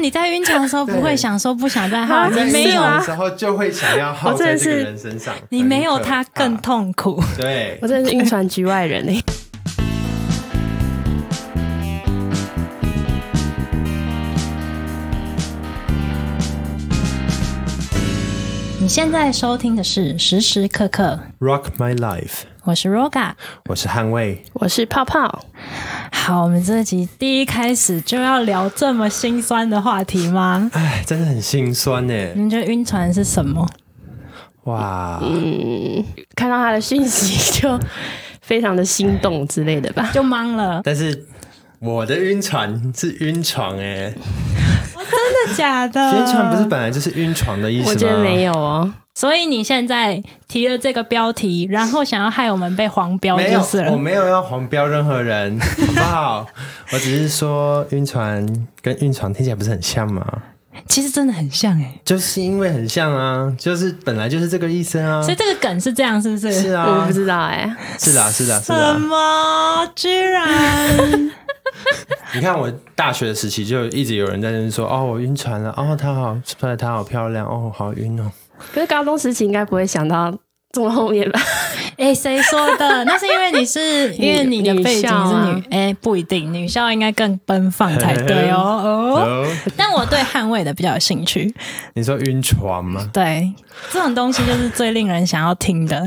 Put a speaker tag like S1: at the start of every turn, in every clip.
S1: 你在晕船的时候不会想说不想再耗，
S2: 对
S1: 你没有，
S2: 啊
S3: 的时候就会想要耗在这个人身上，
S1: 你没有他更
S3: 很可
S1: 痛苦。
S3: 怕。对
S2: 我，真的是晕船局外人 哎、
S1: 你现在收听的是《时时刻刻
S3: Rock My Life，》，
S1: 我是 Roga。
S3: 我是捍卫，
S2: 我是泡泡，
S1: 好，我们这集第一开始就要聊这么心酸的话题吗？
S3: 哎，真的很心酸呢
S1: 你。们觉得晕船是什么？
S3: 哇，
S2: 看到他的讯息就非常的心动之类的吧。
S1: 就懵了，
S3: 但是我的晕船是晕床哎，
S1: 真的假的？
S3: 晕船不是本来就是晕床的意思吗？
S2: 我觉得没有哦，
S1: 所以你现在提了这个标题，然后想要害我们被黄标
S3: 没
S1: 就
S3: 有
S1: 是，
S3: 我
S1: 了。
S3: 没有要黄标任何人， 好不好？我只是说晕船跟晕床听起来不是很像吗？
S1: 其实真的很像哎、
S3: 就是因为很像啊，就是本来就是这个意思啊
S1: 所。以这个梗是这样，是不是？
S3: 是
S2: 我
S3: 啊
S2: 不，知道哎、
S3: 是啦，是啦，是
S1: 什
S3: 啊啦。
S1: 么？居然
S3: 你看我大学的时期就一直有人在那边说，哦，我晕船了，哦，她好帅，她好漂亮，哦，好晕哦。
S2: 可是高中时期应该不会想到这么后面吧？
S1: 哎，谁说 的？那是因为你是因为你的背景
S2: 女校
S1: 是
S2: 啊
S1: 女，哎、不一定，女校应该更奔放才对哦。
S2: 啊
S1: 哦，
S3: 哦，
S1: 但我对捍卫的比较有兴趣。
S3: 你说晕船吗？
S1: 对，这种东西就是最令人想要听的，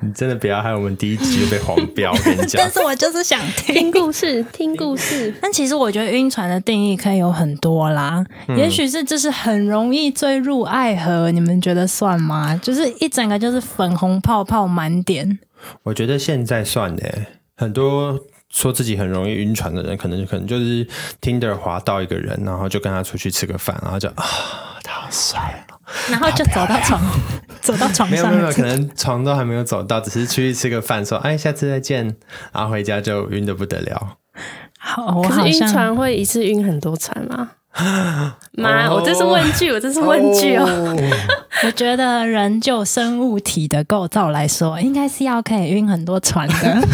S3: 你真的不要害我们第一集就被黄标，我跟你讲
S1: 但。是我就是想听
S2: 听。故事，听故事，
S1: 但其实我觉得晕船的定义可以有很多啦，
S2: 嗯
S1: 也许是就是很容易坠入爱河，你们觉得算吗？就是一整个就是粉红泡泡满点，
S3: 我觉得现在算的欸，很多说自己很容易晕船的人，可能可能就是 Tinder 滑到一个人，然后就跟他出去吃个饭，然后就啊，他好帅哦。
S1: 然后就走到 床，走到床
S3: 没有
S1: 上
S3: 没有，没有可能床都还没有走到，只是出去吃个饭，说哎下次再见，然后回家就晕的不得了。
S1: 好，我
S2: 可
S1: 好
S2: 是晕
S1: 像
S2: 船会一次晕很多船 吗？妈，
S3: 哦
S2: 我这是问句，我这是问句哦。
S1: 我觉得人就生物体的构造来说，应该是要可以晕很多船 的。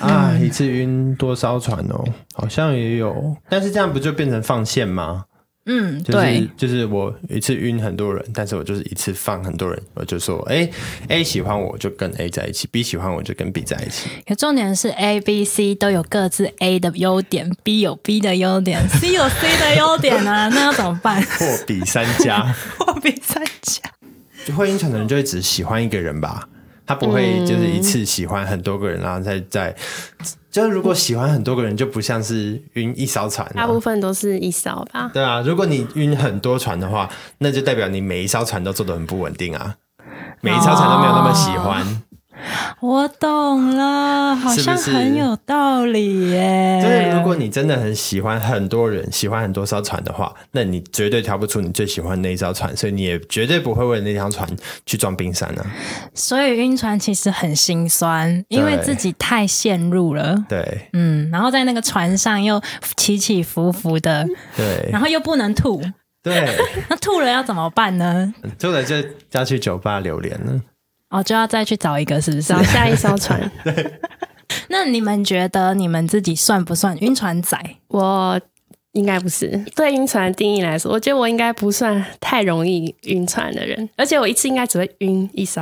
S3: 啊，一次晕多少船哦？好像也有，但是这样不就变成放线吗？
S1: 嗯，
S3: 就是
S1: 对，
S3: 就是我一次晕很多人，但是我就是一次放很多人，我就说，哎、a 喜欢我就跟 A 在一起，B 喜欢我就跟 B 在一起。
S1: 可重点是 A、B、C 都有各自 A 的优点，B 有 B 的优点，C 有 C 的优点 啊，那要怎么办？
S3: 货比三家，
S1: 货比三家。
S3: 就会晕船的人就会只喜欢一个人吧，他不会就是一次喜欢很多个人，然后再再，就是如果喜欢很多个人，就不像是晕一艘船、
S2: 大
S3: 啊
S2: 部。分都是一艘吧，
S3: 对啊，如果你晕很多船的话，那就代表你每一艘船都做的很不稳定啊，每一艘船都没有那么喜欢。
S1: 我懂了，好像
S3: 是不是
S1: 很有道理耶。
S3: 就是如果你真的很喜欢很多人，喜欢很多艘船的话，那你绝对挑不出你最喜欢那一艘船，所以你也绝对不会为了那条船去撞冰山啊。
S1: 所以晕船其实很心酸，因为
S3: 对
S1: 自己太陷入了。
S3: 对
S1: 嗯，然后在那个船上又起起伏伏的，
S3: 对
S1: 然后又不能吐，
S3: 对，
S1: 那吐了要怎么办呢？
S3: 后来就要去酒吧榴莲了。
S1: 哦，就要再去找一个，是不是
S2: 找？下一艘船。
S1: 那你们觉得你们自己算不算晕船仔？
S2: 我应该不是对晕船的定义来说，我觉得我应该不算太容易晕船的人，而且我一次应该只会晕 一艘。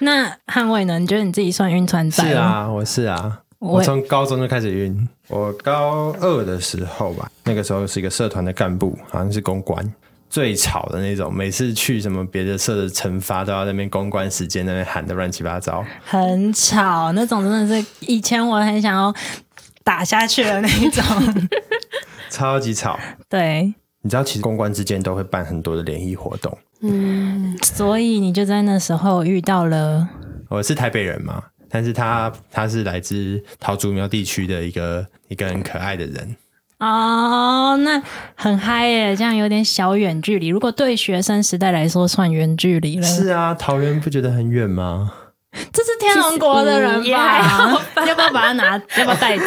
S1: 那捍卫呢？你觉得你自己算晕船仔
S3: 是
S1: 吗？
S3: 啊，我是啊，
S1: 我
S3: 我从高中就开始晕。我高二的时候吧，那个时候是一个社团的干部，好像是公关，最吵的那种。每次去什么别的社的惩罚，都要在那边公关时间那边喊的乱七八糟。
S1: 很吵，那种真的是以前我很想要打下去的那一种。
S3: 超级吵。
S1: 对，
S3: 你知道，其实公关之间都会办很多的联谊活动。
S1: 所以你就在那时候遇到了
S3: 我是台北人嘛，但是他他是来自桃竹苗地区的一个一个很可爱的人。
S1: 哦，那很嗨耶，这样有点小远距离。如果对学生时代来说算远距离了，
S3: 是啊，桃园不觉得很远吗？
S1: 这是天龙国的人
S2: 其实嗯也还
S1: 吧？ 要不要把他拿？要不要带走？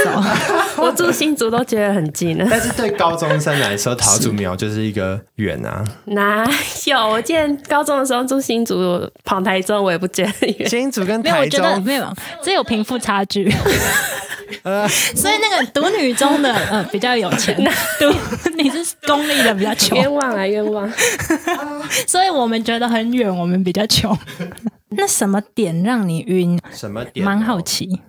S2: 我住新竹都觉得很近了，
S3: 但是对高中生来说，桃竹苗就是一个远 啊。
S2: 哪有？我记得高中的时候住新竹，我 跑台中我也不觉得远。
S3: 新竹跟
S1: 没有，我
S3: 台
S1: 觉得
S3: 中
S1: 没有，这有贫富差距。所以那个读女中的呃比较有 钱，读你是公立的比较穷，
S2: 冤枉啊冤枉！
S1: 所以我们觉得很远，我们比较穷。 那什么点让你晕？
S3: 什么点？
S1: 蛮好，奇。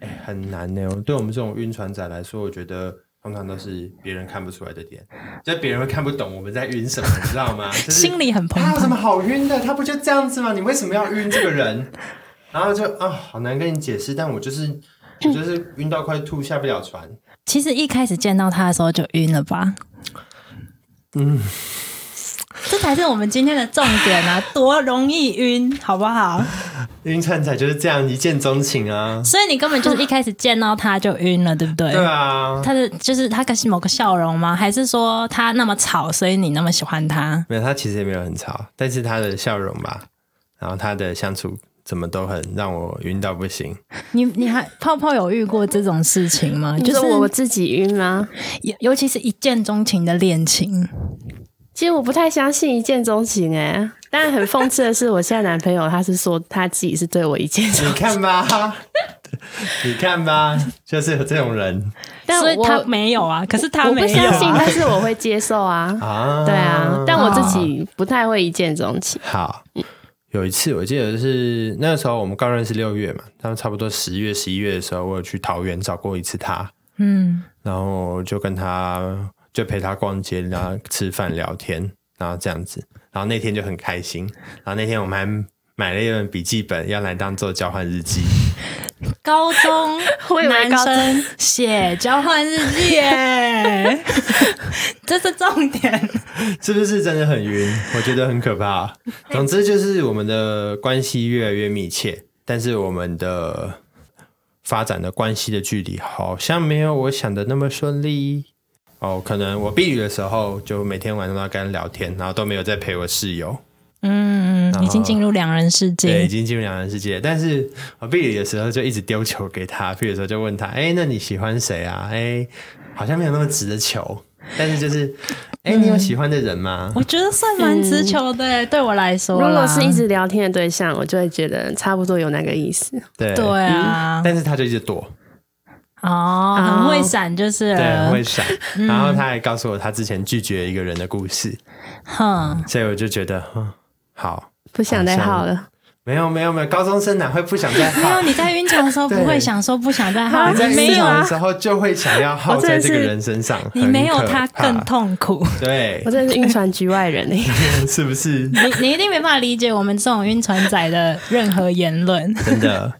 S3: 哎、很难呢、对我们这种晕船仔来说，我觉得通常都是别人看不出来的点，就别人会看不懂我们在晕什么，你知 道吗？就是
S1: 心里很澎湃
S3: 他有什么好晕的？他不就这样子吗？你为什么要晕这个人？然后就啊、好难跟你解释，但我就是我就是晕到快吐，下不了船。
S1: 其实一开始见到他的时候就晕了吧？嗯，这才是我们今天的重点 啊！多容易晕，好不好？
S3: 晕船仔就是这样一见钟情啊！
S1: 所以你根本就是一开始见到他就晕了，对不对？
S3: 对啊，
S1: 他的就是他可是某个笑容吗？还是说他那么吵，所以你那么喜欢他？
S3: 没有他其实也没有很吵，但是他的笑容吧，然后他的相处怎么都很让我晕到不行。
S1: 你你还泡泡有遇过这种事情吗？
S2: 就
S1: 就是是
S2: 我自己晕吗？
S1: 尤尤其是一见钟情的恋情，
S2: 其实我不太相信一见钟情哎、但很讽刺的是，我现在男朋友他是说他自己是对我一见钟 情，
S3: 你看吧，你看吧，就是有这种人
S2: 但
S1: 所以
S2: 我
S1: 他没有啊，可是他
S2: 我
S1: 没
S2: 不
S1: 有、
S2: 相信，
S1: 啊。
S2: 但是我会接受啊。
S3: 啊。
S2: 对啊，但我自己不太会一见钟情。
S3: 好。有一次我记得是那时候我们刚认识六月嘛，他们差不多十月、十一月的时候，我有去桃园找过一次他，
S1: 嗯，
S3: 然后就跟他就陪他逛街，然后吃饭聊天，然后这样子，然后那天就很开心，然后那天我们还买了一本笔记本，要来当做交换日记。
S1: 高中
S2: 我以为
S1: 男
S2: 高中
S1: 生写交换日记 耶，这是重点。
S3: 是不是真的很晕？ 我觉得很可 怕。总之就是我们的关系越来越密切，但是我们的发展的关系的距离好像没有我想的那么顺利。哦，可能我避雨的时候，就每天晚上都要跟他聊天，然后都没有在陪我室友。
S1: 嗯，已经进入两人世
S3: 对，
S1: 界。
S3: 已经进入两人世界。但是我避雨的时候就一直丢球给他，避雨的时候就问他：“哎、那你喜欢谁啊？”哎、好像没有那么直的球，但是就是，哎、你有喜欢的人吗？
S1: 我觉得算蛮直球的耶，对我来说
S2: 如
S1: 啦。
S2: 果是一直聊天的对象，我就会觉得差不多有那个意思。
S3: 对
S1: 对啊，
S3: 但是他就一直躲，
S1: 哦，很会闪就是
S3: 对，很
S1: 了
S3: 会。 闪。
S1: 嗯
S3: 然后他还告诉我他之前拒绝一个人的故事，
S1: 哼，
S3: 所以我就觉得，嗯，好，
S2: 不想再耗了，
S3: 没有没有没有，高中生哪会不想再
S1: 没有
S3: 耗？
S1: 你在晕船的时候不会想说不想再耗，
S3: 你在
S1: 你没
S3: 晕
S1: 有
S3: 船
S1: 啊
S3: 的，时候就会想要耗
S2: 我真
S3: 在
S2: 的
S3: 这个
S2: 是
S3: 人身上，
S1: 你
S3: 很
S1: 没有
S3: 可
S1: 他更
S3: 怕。
S1: 痛苦。
S3: 对
S2: 我，真的是晕船局外人哎、
S3: 是不是
S1: 你你一定没办法理解我们这种晕船仔的任何言 论。
S3: 真的？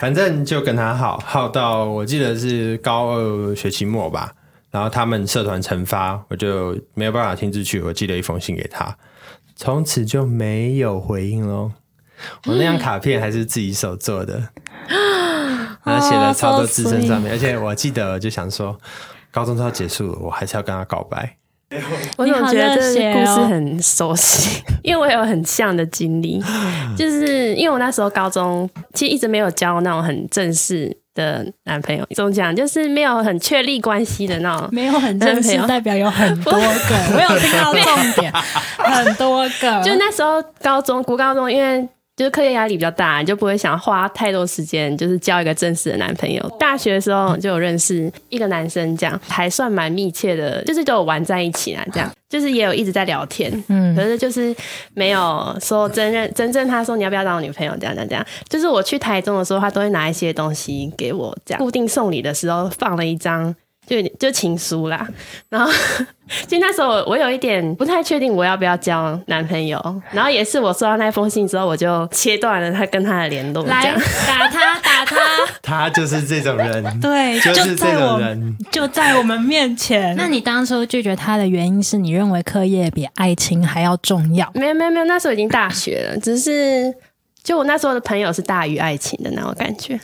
S3: 反正就跟他耗，耗到我记得是高二学期末吧。然后他们社团惩罚，我就没有办法亲自去，我寄了一封信给他，从此就没有回应喽。我那张卡片还是自己手做的，然后写了超多字身上面，而且我记得就想说，高中都要结束了，我还是要跟他告白。
S2: 我
S1: 你
S2: 总
S1: 好
S2: 觉
S1: 热
S2: 得这
S1: 血
S2: 故事
S1: 哦
S2: 很熟悉， 因为我有很像的经历，就是因为我那时候高中其实一直没有交那种很正式的男朋友，怎么讲就是没有很确立关系的那种。
S1: 没有很正
S2: 没
S1: 式，
S2: 有
S1: 代表有很 多个，我有听到重点，很多个，
S2: 就那时候高中国高中，因为就是课业压力比较大，你就不会想花太多时间，就是交一个正式的男朋友。大学的时候就有认识一个男生，这样还算蛮密切的，就是都有玩在一起啊，这样就是也有一直在聊天，嗯，可是就是没有说真认真正他说你要不要当我女朋友这样这样这样。就是我去台中的时候，他都会拿一些东西给我，这样固定送礼的时候放了一张。就就情书啦，然后 其实那时候我我有一点不太确定我要不要交男朋友，然后也是我收到那封信之后，我就切断了他跟他的联络。这
S1: 来
S2: 样
S1: 打他打他，
S3: 他就是这种人，
S1: 对，
S3: 就是
S1: 在
S3: 这
S1: 我
S3: 种
S1: 们
S3: 人。
S1: 就在我们面前。那你当初拒绝他的原因是你认为课业比爱情还要重要？
S2: 没有没有没有，那时候已经大学了，只是就我那时候的朋友是大于爱情的那种感觉，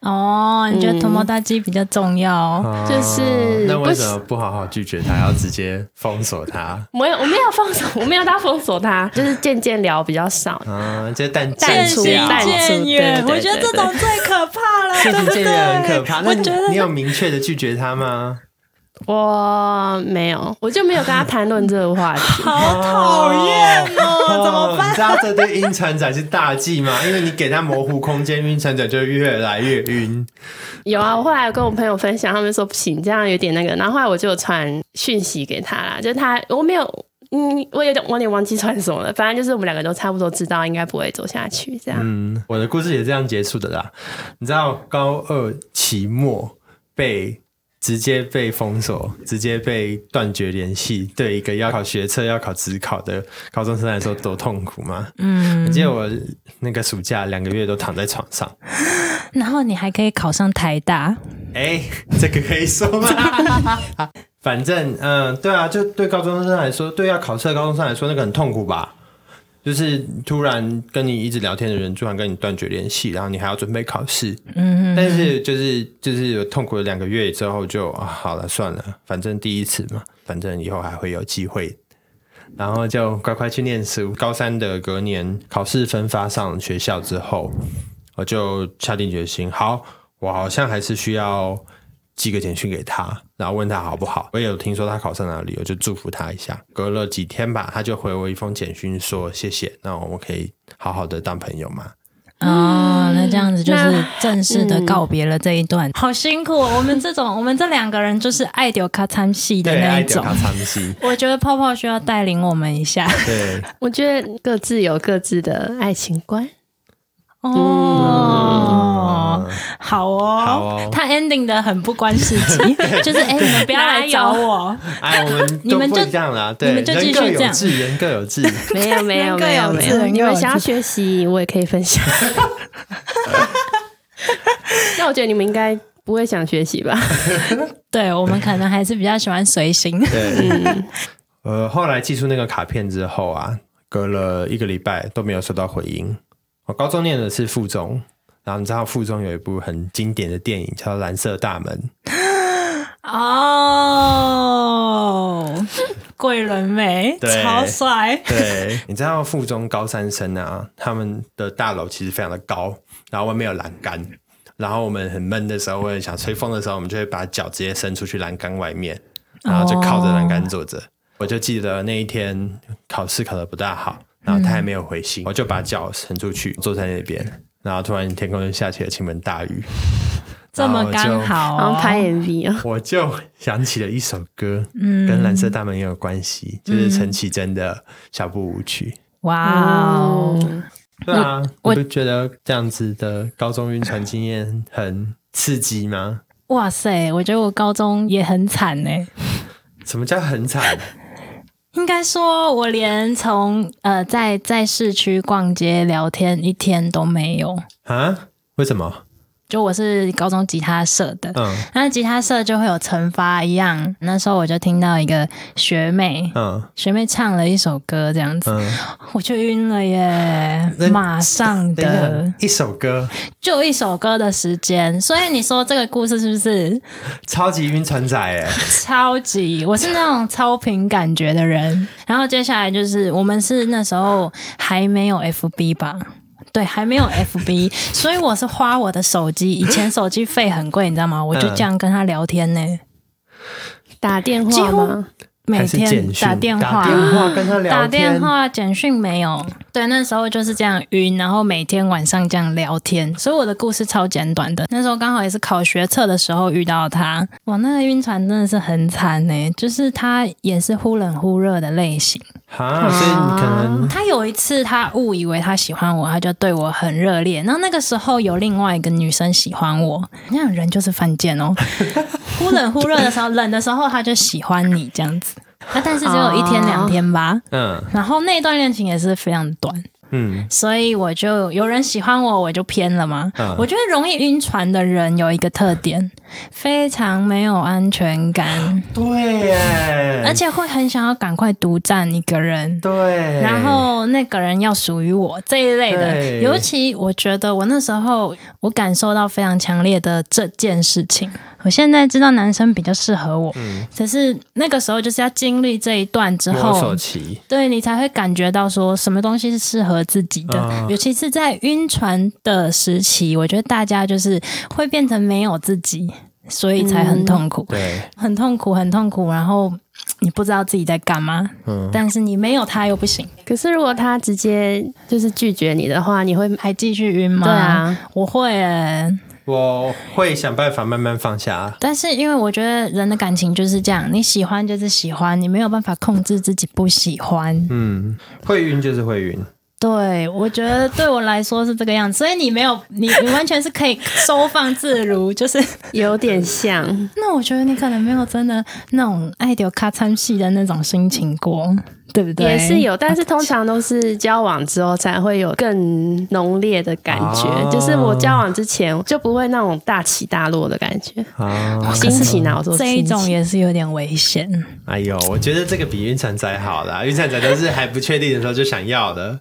S1: 哦，你觉得同谋大鸡比较重要？
S3: 哦
S2: 就是
S3: 那为
S2: 不
S3: 什么不好好拒绝他，要直接封锁他？
S2: 没有我没有封锁，我没有到封锁他，就是渐渐聊比较少。
S3: 啊，这淡
S2: 淡
S3: 出
S2: 出
S1: 渐行
S3: 淡
S2: 淡出
S1: 渐远，
S2: 对对对
S1: 我觉得这种最可怕了，
S3: 渐
S1: 对
S3: 行
S1: 不
S3: 渐
S1: 对？
S3: 远很可怕。那
S1: 我
S3: 你
S1: 觉得
S3: 你有明确的拒绝他吗？
S2: 我没有，我就没有跟他谈论这个话题。
S1: 好讨厌哦，怎么
S3: 你
S1: 办？
S3: 知道这对晕船仔是大忌吗？因为你给他模糊空间，晕船仔就越来越晕。
S2: 有啊，我后来有跟我朋友分享，他们说不行，这样有点那个。然后后来我就有传讯息给他啦，就是他我没有，嗯，我有点我有点忘记传什么了。反正就是我们两个都差不多知道，应该不会走下去这样。
S3: 嗯，我的故事也这样结束的啦。你知道高二期末被直接被封锁，直接被断绝联系，对一个要考学测、要考职考的高中生来说多痛苦吗？嗯，我记得我那个暑假两个月都躺在床上。
S1: 然后你还可以考上台大，
S3: 哎，这个可以说吗？ 反正嗯，对啊，就对高中生来说，对要考试的高中生来说，那个很痛苦吧？就是突然跟你一直聊天的人，突然跟你断绝联系，然后你还要准备考试。嗯，但是就是就是有痛苦了两个月之后就，啊好了算了，反正第一次嘛，反正以后还会有机会。然后就乖乖去念书。高三的隔年考试分发上学校之后，我就下定决心，好，我好像还是需要寄个简讯给他，然后问他好不好。我也有听说他考上哪里，我就祝福他一下。隔了几天吧，他就回我一封简讯说：“谢谢，那我们可以好好的当朋友嘛。
S1: 哦，那这样子就是正式的告别了这一段，好辛苦、哦。我们这种，我们这两个人就是爱丢卡参戏”的
S3: 对，
S1: 那
S3: 爱
S1: 一
S3: 丢
S1: 种。
S3: 卡参西，
S1: 我觉得泡泡需要带领我们一下。
S3: 对，
S2: 我觉得各自有各自的爱情观。
S1: 哦，好哦，
S3: 好哦
S1: 他 ending 的很不关事 情，就是哎、你们不要来找我，
S3: 哎，我们
S1: 你们
S3: 都
S1: 就
S3: 不一样啦，
S1: 你
S3: 对，
S1: 们就
S3: 人
S1: 继续
S3: 各
S1: 这
S3: 有
S1: 样
S3: 志，人各有志。
S2: 没有没
S1: 人
S2: 有
S1: 各
S2: 没有
S1: 有
S2: 没
S1: 志
S2: 有，
S1: 人
S2: 你
S1: 各
S2: 们
S1: 有
S2: 想要
S1: 志
S2: 学习，我也可以 分享。那我觉得你们应该不会想学习吧？
S1: 对我们可能还是比较喜欢随行。
S3: 对，
S1: 嗯
S3: 呃，后来寄出那个卡片之后啊，隔了一个礼拜都没有收到回音。我高中念的是附中，然后你知道附中有一部很经典的电影叫《蓝色大门
S1: 哦，桂纶镁
S3: 对
S1: 超帅》。，
S3: 对，你知道附中高三生啊，他们的大楼其实非常的高，然后外面有栏杆。然后我们很闷的时候，或者想吹风的时候，我们就会把脚直接伸出去栏杆外面，嗯然后就靠着栏杆坐着。我就记得那一天考试考得不大好，然后他还没有回信，我就把脚伸出去坐在那边，然后突然天空就下起了倾盆大雨，
S1: 这么刚好、
S2: 然
S1: 哦，
S2: 后拍 MV 哦，
S3: 我就想起了一首歌，嗯，跟蓝色大门也有关系，就是陈绮贞的《小步舞曲》。
S1: 哇哦，
S2: 嗯
S3: 对啊，
S1: 我
S3: 我不觉得这样子的高中晕船经验很刺激吗？
S1: 哇塞！我觉得我高中也很惨呢、
S3: 什么叫很惨？
S1: 应该说，我连从呃在在市区逛街聊天一天都没有。
S3: 啊？为什么？
S1: 就我是高中吉他社的，
S3: 嗯
S1: 那吉他社就会有惩罚一样。那时候我就听到一个学妹，
S3: 嗯
S1: 学妹唱了一首歌，这样子、
S3: 嗯，
S1: 我就晕了耶
S3: 那，
S1: 马上
S3: 等一
S1: 的
S3: 下，一首歌
S1: 就一首歌的时间。所以你说这个故事是不是
S3: 超级晕船仔哎、
S1: 超级？我是那种超凭感觉的人。然后接下来就是我们是那时候还没有 FB 吧。对，还没有 FB，所以我是花我的手机。以前手机费很贵，你知道吗？我
S3: 嗯
S1: 就这样跟他聊天呢、
S2: 打电
S1: 几
S2: 话
S1: 乎
S2: 吗？
S1: 每
S3: 还是
S1: 天
S3: 简讯
S1: 打电话
S3: 打。电话跟他聊
S1: 打
S3: 天
S1: 电话、简讯没有，对，那时候就是这样晕，然后每天晚上这样聊天，所以我的故事超简短的。那时候刚好也是考学测的时候遇到他，哇，那个晕船真的是很惨呢、就是他也是忽冷忽热的类型。
S3: 哈，
S1: 啊
S3: 所以你可能
S1: 他有一次他误以为他喜欢我，他就对我很热烈。然后那个时候有另外一个女生喜欢我，那样人就是犯贱 哦。忽冷忽热的时候，冷的时候他就喜欢你这样子。那但是只有一天两天吧。
S3: 嗯
S1: 然后那一段恋情也是非常短，
S3: 嗯
S1: 所以我就有人喜欢我，我就偏了嘛。
S3: 嗯
S1: 我觉得容易晕船的人有一个特点，非常没有安全
S3: 嗯
S1: 感，
S3: 对耶，
S1: 而且会很想要赶快独占一个人。
S3: 对，
S1: 然后那个人要属于我这一类的，
S3: 对
S1: 尤其我觉得我那时候我感受到非常强烈的这件事情。我现在知道男生比较适合我，可是那个时候就是要经历这一段之
S3: 嗯摸索
S1: 后，
S3: 期，
S1: 对你才会感觉到说什么东西是适合自己的。
S3: 嗯
S1: 尤其是在晕船的时期，我觉得大家就是会变成没有自己。所以才很痛苦，
S3: 嗯对，
S1: 很痛苦，很痛苦。然后你不知道自己在干嘛，
S3: 嗯，
S1: 但是你没有他又不行，
S2: 可是如果他直接就是拒绝你的话，你会
S1: 还继续晕吗？
S2: 对，啊，
S1: 我会耶，
S3: 我会想办法慢慢放下。
S1: 但是因为我觉得人的感情就是这样，你喜欢就是喜欢，你没有办法控制自己不喜欢。
S3: 嗯，会晕就是会晕，
S1: 对，我觉得对我来说是这个样子，所以你没有，你你完全是可以收放自如，就是
S2: 有点像。
S1: 那我觉得你可能没有真的那种爱丢咔嚓戏的那种心情过，对不对？
S2: 也是有，但是通常都是交往之后才会有更浓烈的感觉。
S3: 哦
S2: 就是我交往之前就不会那种大起大落的感觉，
S3: 啊，
S2: 心情啊，我说
S1: 这一种
S2: 心情
S1: 也是有点危险。
S3: 哎呦，我觉得这个比晕船仔好啦，晕船仔都是还不确定的时候就想要的。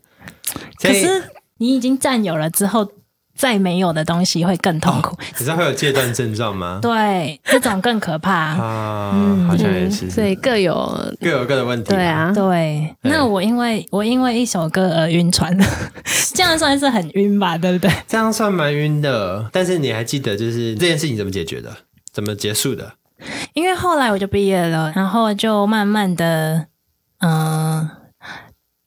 S3: 所
S1: 可
S3: 以
S1: 是你已经占有了之后，再没有的东西会更痛苦。
S3: 你知道会有戒断症状吗？
S1: 对，这种更可怕。
S3: 啊，好像也是，
S2: 所以各有
S3: 各有各的问题。
S2: 嗯对，啊，
S1: 对，那我因为我因为一首歌而晕船了， 这样算是很晕吧，对不对？
S3: 这样算蛮晕的。但是你还记得就是这件事情怎么解决的，怎么结束的？
S1: 因为后来我就毕业了，然后就慢慢的，嗯、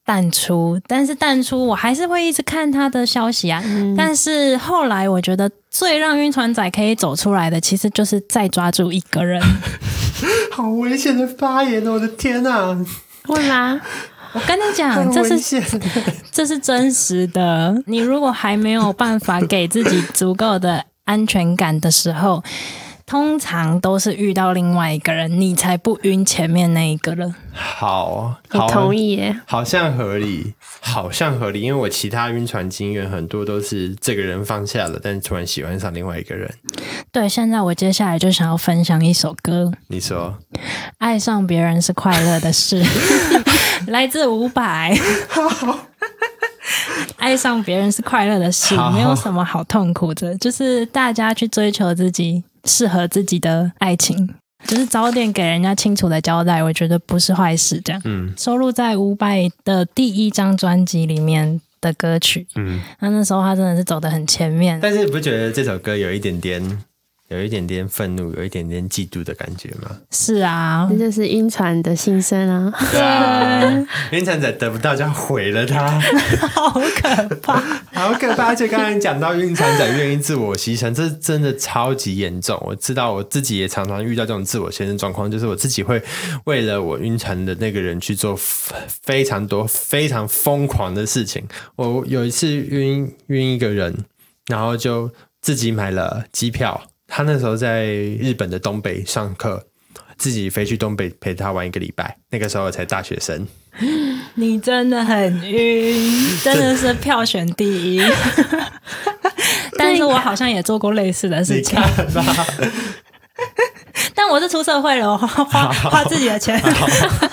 S1: 淡出。但是淡出，我还是会一直看他的消息啊。但是后来，我觉得最让晕船仔可以走出来的，其实就是再抓住一个人。
S3: 好危险的发言哦！我的天呐、啊，
S2: 会吗？
S1: 我跟你讲，这是这是真实的。你如果还没有办法给自己足够的安全感的时候，通常都是遇到另外一个人，你才不晕前面那一个了。
S3: 好，好啊
S2: 我同意耶。
S3: 好像合理，好像合理，因为我其他晕船经验很多都是这个人放下了，但突然喜欢上另外一个人。
S1: 对，现在我接下来就想要分享一首歌，
S3: 你说，
S1: 《爱上别人是快乐的事》， 来自伍佰。爱上别人是快乐的事，
S3: 好
S1: 没有什么好痛苦的，就是大家去追求自己适合自己的爱情，就是早点给人家清楚的交代，我觉得不是坏事。这样
S3: 嗯
S1: 收录在伍佰的第一张专辑里面的歌曲，
S3: 嗯，
S1: 那那时候他真的是走得很前面，
S3: 但是你不觉得这首歌有一点点，有一点点愤怒，有一点点嫉妒的感觉吗？
S1: 是 啊
S2: 这，就是晕船的心声 啊！
S3: 对啊，晕船仔得不到就要毁了他，
S1: 好可怕。
S3: 好可怕！而且刚才讲到晕船仔愿意自我牺牲，这真的超级严重。我知道我自己也常常遇到这种自我牺牲状况，就是我自己会为了我晕船的那个人去做非非常多非常疯狂的事情。我有一次晕晕一个人，然后就自己买了机票。他那时候在日本的东北上课，自己飞去东北陪他玩一个礼拜。那个时候我才大学生，
S1: 你真的很晕，真的是票选第一。 但是我好像也做过类似的事情，但我是出社会了，我花花花自己的钱， 花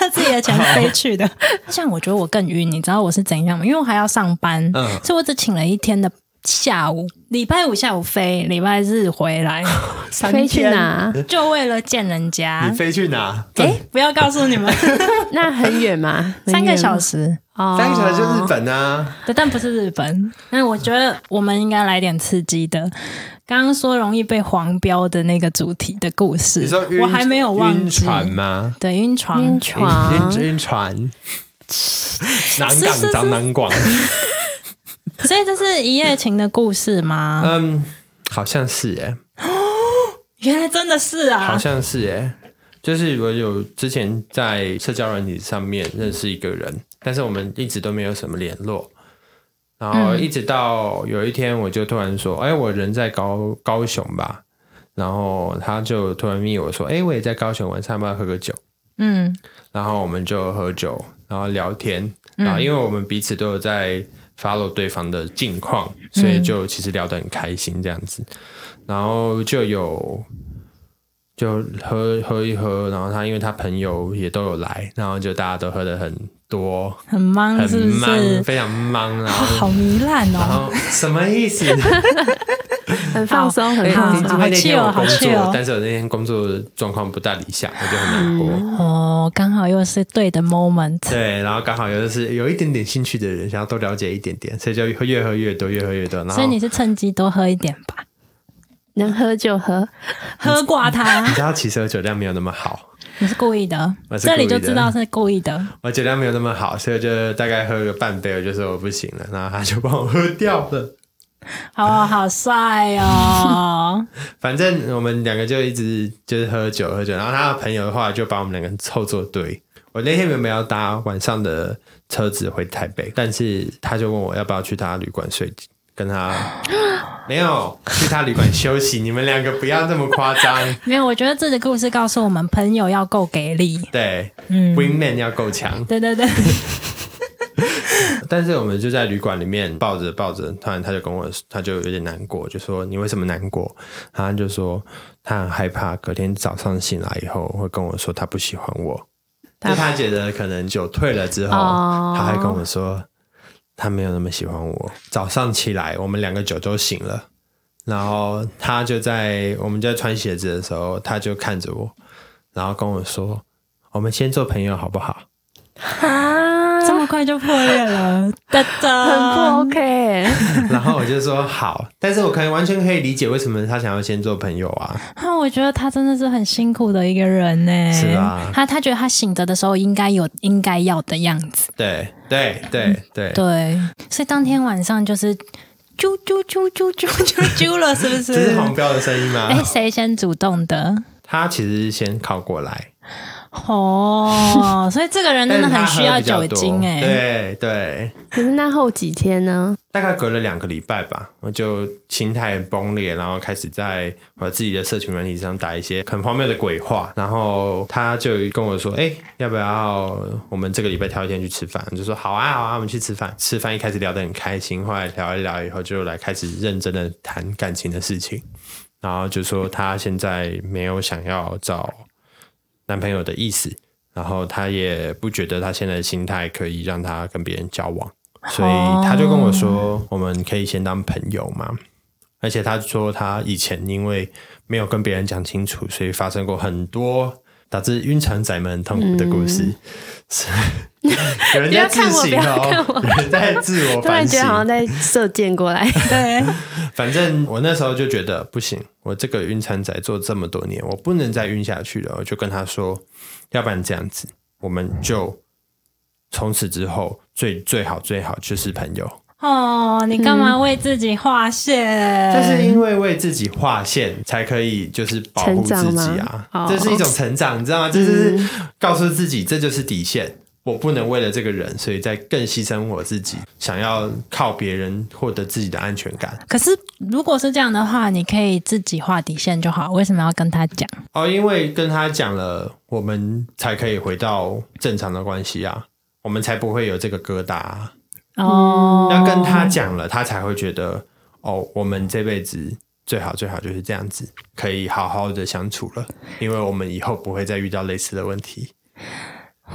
S1: 自己的钱飞去的。像我觉得我更晕，你知道我是怎样吗？因为我还要上班，
S3: 嗯
S1: 所以我只请了一天的下午，礼拜五下午飞，礼拜日回 来，
S2: 飞去 哪？
S1: 就为了见人家
S3: 你。飞去哪？
S1: 哎、不要告诉你 们，
S2: 那很远吗？
S1: 三个
S2: 时，
S1: 小时。
S2: 哦
S3: 三个小时就日本啊，
S1: 对，但不是日本。那我觉得我们应该来点刺激的。刚刚说容易被黄标的那个主题的故事
S3: 你说，晕
S1: 我还没有忘
S3: 晕
S1: 记。
S3: 船吗？
S1: 对，晕船。
S2: 晕船
S3: 晕。晕船，南
S1: 是是
S3: 港找南广，
S1: 所以这是一夜情的故事吗？
S3: 嗯，好像是耶，
S1: 原来真的是
S3: 好
S1: 啊。
S3: 像是耶。就是我有之前在社交软体上面认识一个人，但是我们一直都没有什么联络。
S1: 嗯
S3: 然后一直到有一天，我就突然说：“哎，我人在高高雄吧。”然后他就突然密我说：“哎，我也在高雄，晚上要不要喝个酒？”
S1: 嗯，
S3: 然后我们就喝酒，然后聊天，
S1: 嗯
S3: 然后因为我们彼此都有在 follow 对方的近况，所以就其实聊得很开心这样子，然后就有就喝喝一喝，然后他因为他朋友也都有来，然后就大家都喝的很多，
S1: 很忙
S3: 很
S1: 是不
S3: 忙，
S1: 是？
S3: 非常忙，
S1: 啊
S3: 然
S1: 好
S3: 后。
S1: 糜烂
S3: 然
S1: 哦。
S3: 后什么意思？
S2: 很放松，很
S3: 哎
S2: 放
S3: 因
S2: 松。
S3: 为那天我
S1: 好
S3: 工
S1: 气哦好气哦
S3: 作，但是我那天工作状况不大理想，我就很难过。
S1: 哦，刚好又是对的 moment。
S3: 对，然后刚好又是有一点点兴趣的人，想要多了解一点点，所以就会越喝越多，越喝越多。然
S1: 所以
S3: 后
S1: 你是趁机多喝一点吧。
S2: 能喝就喝。
S1: 喝挂
S3: 你
S1: 他，
S3: 知道其实我酒量没有那么好，
S1: 你是故意的，
S3: 我是故
S1: 这
S3: 意的
S1: 里就知道是故意的。
S3: 我酒量没有那么好，所以我就大概喝个半杯，我就说我不行了，然后他就帮我喝掉了。
S1: 好啊好帅哦！
S3: 反正我们两个就一直就是喝酒喝酒，然后他的朋友的话就把我们两个人凑作对。我那天原本要搭晚上的车子回台北，但是他就问我要不要去他旅馆睡，跟他没有去他旅馆休息。你们两个不要那么夸张，
S1: 没有，我觉得这个故事告诉我们，朋友要够给力。
S3: 对、w i n g man 要够强。
S1: 对 对对，
S3: 但是我们就在旅馆里面抱着抱着，突然他就跟我，他就有点难过，就说你为什么难过？然后他就说他很害怕隔天早上醒来以后会跟我说他不喜欢我，
S2: 他
S3: 就他觉得可能酒退了之后，
S2: 哦
S3: 他还跟我说他没有那么喜欢我。早上起来，我们两个酒都醒了，然后他就在我们就在穿鞋子的时候，他就看着我，然后跟我说我们先做朋友好不好？
S2: 啊，
S1: 这么快就破裂 了，哒哒，
S2: 很不 OK 欸、
S3: 然后我就说好，但是我可以完全可以理解为什么他想要先做朋友啊。
S1: 啊，我觉得他真的是很辛苦的一个人呢。
S3: 是啊
S1: 他他觉得他醒着的时候应该有应该要的样子。
S3: 对对对对，
S1: 对，所以当天晚上就是啾啾啾啾啾啾啾了，是不
S3: 这
S1: 是
S3: 是？黄标的声音吗？
S1: 哎，谁先主动的？
S3: 他其实是先靠过来，
S1: 哦，所以这个人真的很需要
S3: 但是他喝
S1: 酒
S3: 比较多
S1: 精哎、
S3: 对对，
S2: 可是那后几天呢？
S3: 大概隔了两个礼拜吧，我就心态崩裂，然后开始在我自己的社群软体上打一些很荒谬的鬼话。然后他就跟我说：“哎、要不要我们这个礼拜挑一天去吃饭？”我就说：“好啊，好啊，我们去吃饭。”吃饭一开始聊得很开心，后来聊一聊以后，就来开始认真的谈感情的事情。然后就说她现在没有想要找男朋友的意思，然后她也不觉得她现在的心态可以让她跟别人交往，
S2: 哦
S3: 所以她就跟我说，我们可以先当朋友嘛。而且她说她以前因为没有跟别人讲清楚，所以发生过很多导致晕船仔们很痛苦的故事。是 有人在
S2: 嗯不要
S3: 自
S2: 看我
S3: 省
S2: 不要看
S3: 哦
S2: 我，
S3: 有人在自我
S2: 突然
S3: 反
S2: 觉
S3: 省
S2: 得。好像在射箭过来，
S1: 对，
S3: 反正我那时候就觉得不行，我这个晕船仔做这么多年，我不能再晕下去了。我就跟他说，要不然这样子，我们就从此之后最最好最好就是朋友。
S1: 哦，你干嘛为自己划
S2: 哎
S1: 线？
S3: 这是因为为自己划线，才可以就是保护自
S2: 成
S3: 己
S2: 长
S3: 啊
S2: 吗，哦嗯
S3: 这是一种成长，你知道吗？这就是告诉自己，这就是底线。我不能为了这个人，所以再更牺牲我自己，想要靠别人获得自己的安全感。
S1: 可是如果是这样的话，你可以自己画底线就好，为什么要跟他讲？
S3: 哦，因为跟他讲了，我们才可以回到正常的关系啊，我们才不会有这个疙瘩、啊。
S1: 哦，
S3: 嗯要跟他讲了，他才会觉得哦，我们这辈子最好最好就是这样子，可以好好的相处了，因为我们以后不会再遇到类似的问题。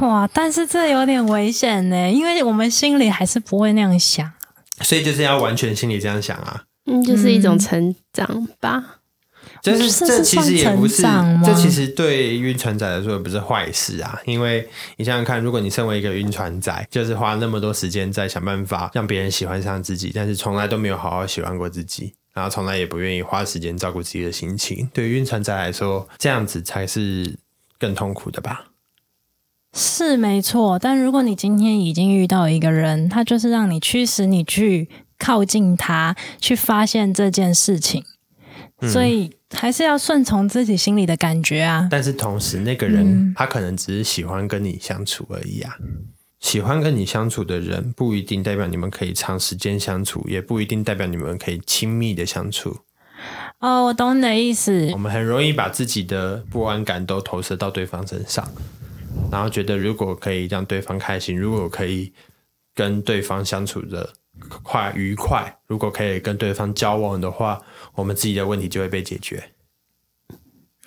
S1: 哇，但是这有点危险呢，因为我们心里还是不会那样想。
S3: 所以就是要完全心里这样想啊，
S2: 嗯，就是一种成长吧。
S3: 就
S1: 我
S3: 是
S1: 觉得
S3: 这
S1: 这
S3: 其实也不是
S1: 算成长，吗
S3: 这其实对晕船仔来说也不是坏事啊，因为你想想看，如果你身为一个晕船仔，就是花那么多时间在想办法让别人喜欢上自己，但是从来都没有好好喜欢过自己。然后从来也不愿意花时间照顾自己的心情，对于晕船仔来说，这样子才是更痛苦的吧？
S1: 是没错，但如果你今天已经遇到一个人，他就是让你驱使你去靠近他，去发现这件事情，
S3: 嗯
S1: 所以还是要顺从自己心里的感觉啊。
S3: 但是同时，那个人、他可能只是喜欢跟你相处而已啊。喜欢跟你相处的人，不一定代表你们可以长时间相处，也不一定代表你们可以亲密的相处。
S1: 哦，我懂你的意思
S3: 我，们很容易把自己的不安感都投射到对方身上，然后觉得如果可以让对方开心，如果可以跟对方相处的快愉快，如果可以跟对方交往的话，我们自己的问题就会被解决。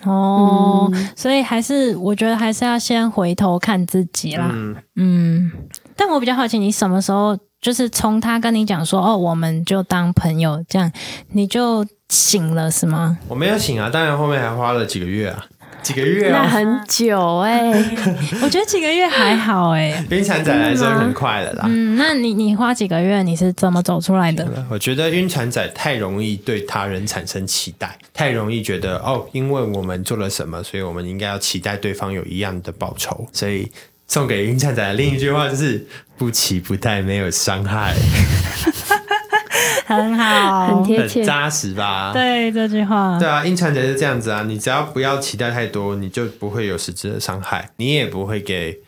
S1: 哦，所以还是我觉得还是要先回头看自己啦。嗯但我比较好奇，你什么时候就是从他跟你讲说哦，我们就当朋友这样，你就醒了是吗？
S3: 我没有请啊，当然后面还花了几个月啊，几个月
S2: 那
S3: 哦，
S2: 很久哎、
S1: 我觉得几个月还好哎、
S3: 冰蚕仔来说很快了 啦。
S1: 嗯，那你你花几个月你是怎么走出来的？
S3: 我觉得晕船仔太容易对他人产生期待，太容易觉得哦，因为我们做了什么，所以我们应该要期待对方有一样的报酬。所以送给晕船仔的另一句话就是：不期不待，没有伤害，
S1: 很好，
S2: 很贴
S3: 很
S2: 切。
S3: 扎实吧？
S1: 对这句话，
S3: 对啊，晕船仔是这样子啊，你只要不要期待太多，你就不会有实质的伤害，你也不会给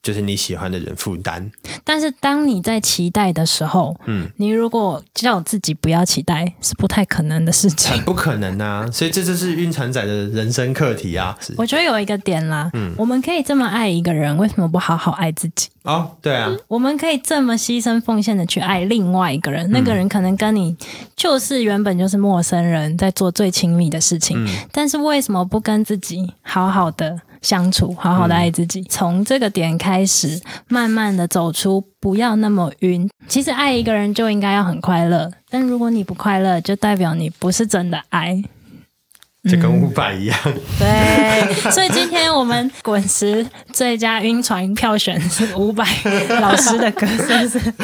S3: 就是你喜欢的人负担。
S1: 但是当你在期待的时候，嗯，你如果叫自己不要期待，是不太可能的事
S3: 很
S1: 情。
S3: 不可能啊！所以这就是晕船仔的人生课题啊！是
S1: 我觉得有一个点啦，嗯，我们可以这么爱一个人，为什么不好好爱自己？
S3: 哦，对啊，
S1: 我们可以这么牺牲奉献的去爱另外一个人，那个人可能跟你就是原本就是陌生人，在做最亲密的事情，但是为什么不跟自己好好的相处，好好的爱自己？从这个点开始，慢慢的走出，不要那么晕。其实爱一个人就应该要很快乐，但如果你不快乐，就代表你不是真的爱。
S3: 就跟五百一样，
S1: 对，所以今天我们滚石最佳晕船票选是伍佰老师的歌，是不是？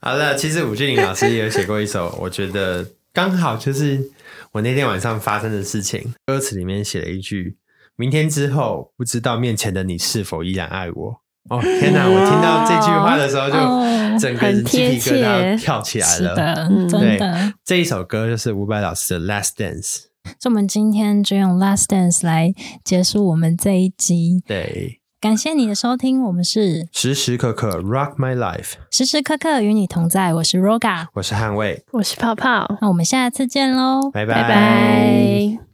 S3: 好了，其实吴俊霖老师也有写过一首，我觉得刚好就是我那天晚上发生的事情。歌词里面写了一句：“明天之后，不知道面前的你是否依然爱我。”哦，天哪！我听到这句话的时候，
S1: 哦
S3: 就整个人鸡皮疙
S2: 很贴切
S3: 瘩跳起来
S1: 是
S3: 了。
S1: 的，
S2: 嗯
S1: 真的。
S3: 这一首歌就是伍佰老师的《Last Dance》。
S1: 所以我们今天就用 Last Dance 来结束我们这一集。
S3: 对，
S1: 感谢你的收听，我们是
S3: 时时刻刻 Rock My Life，
S1: 时时刻刻与你同在，我是 Roga，
S3: 我是汉卫，
S2: 我是泡泡，
S1: 那我们下次见喽，
S3: 拜
S2: 拜拜。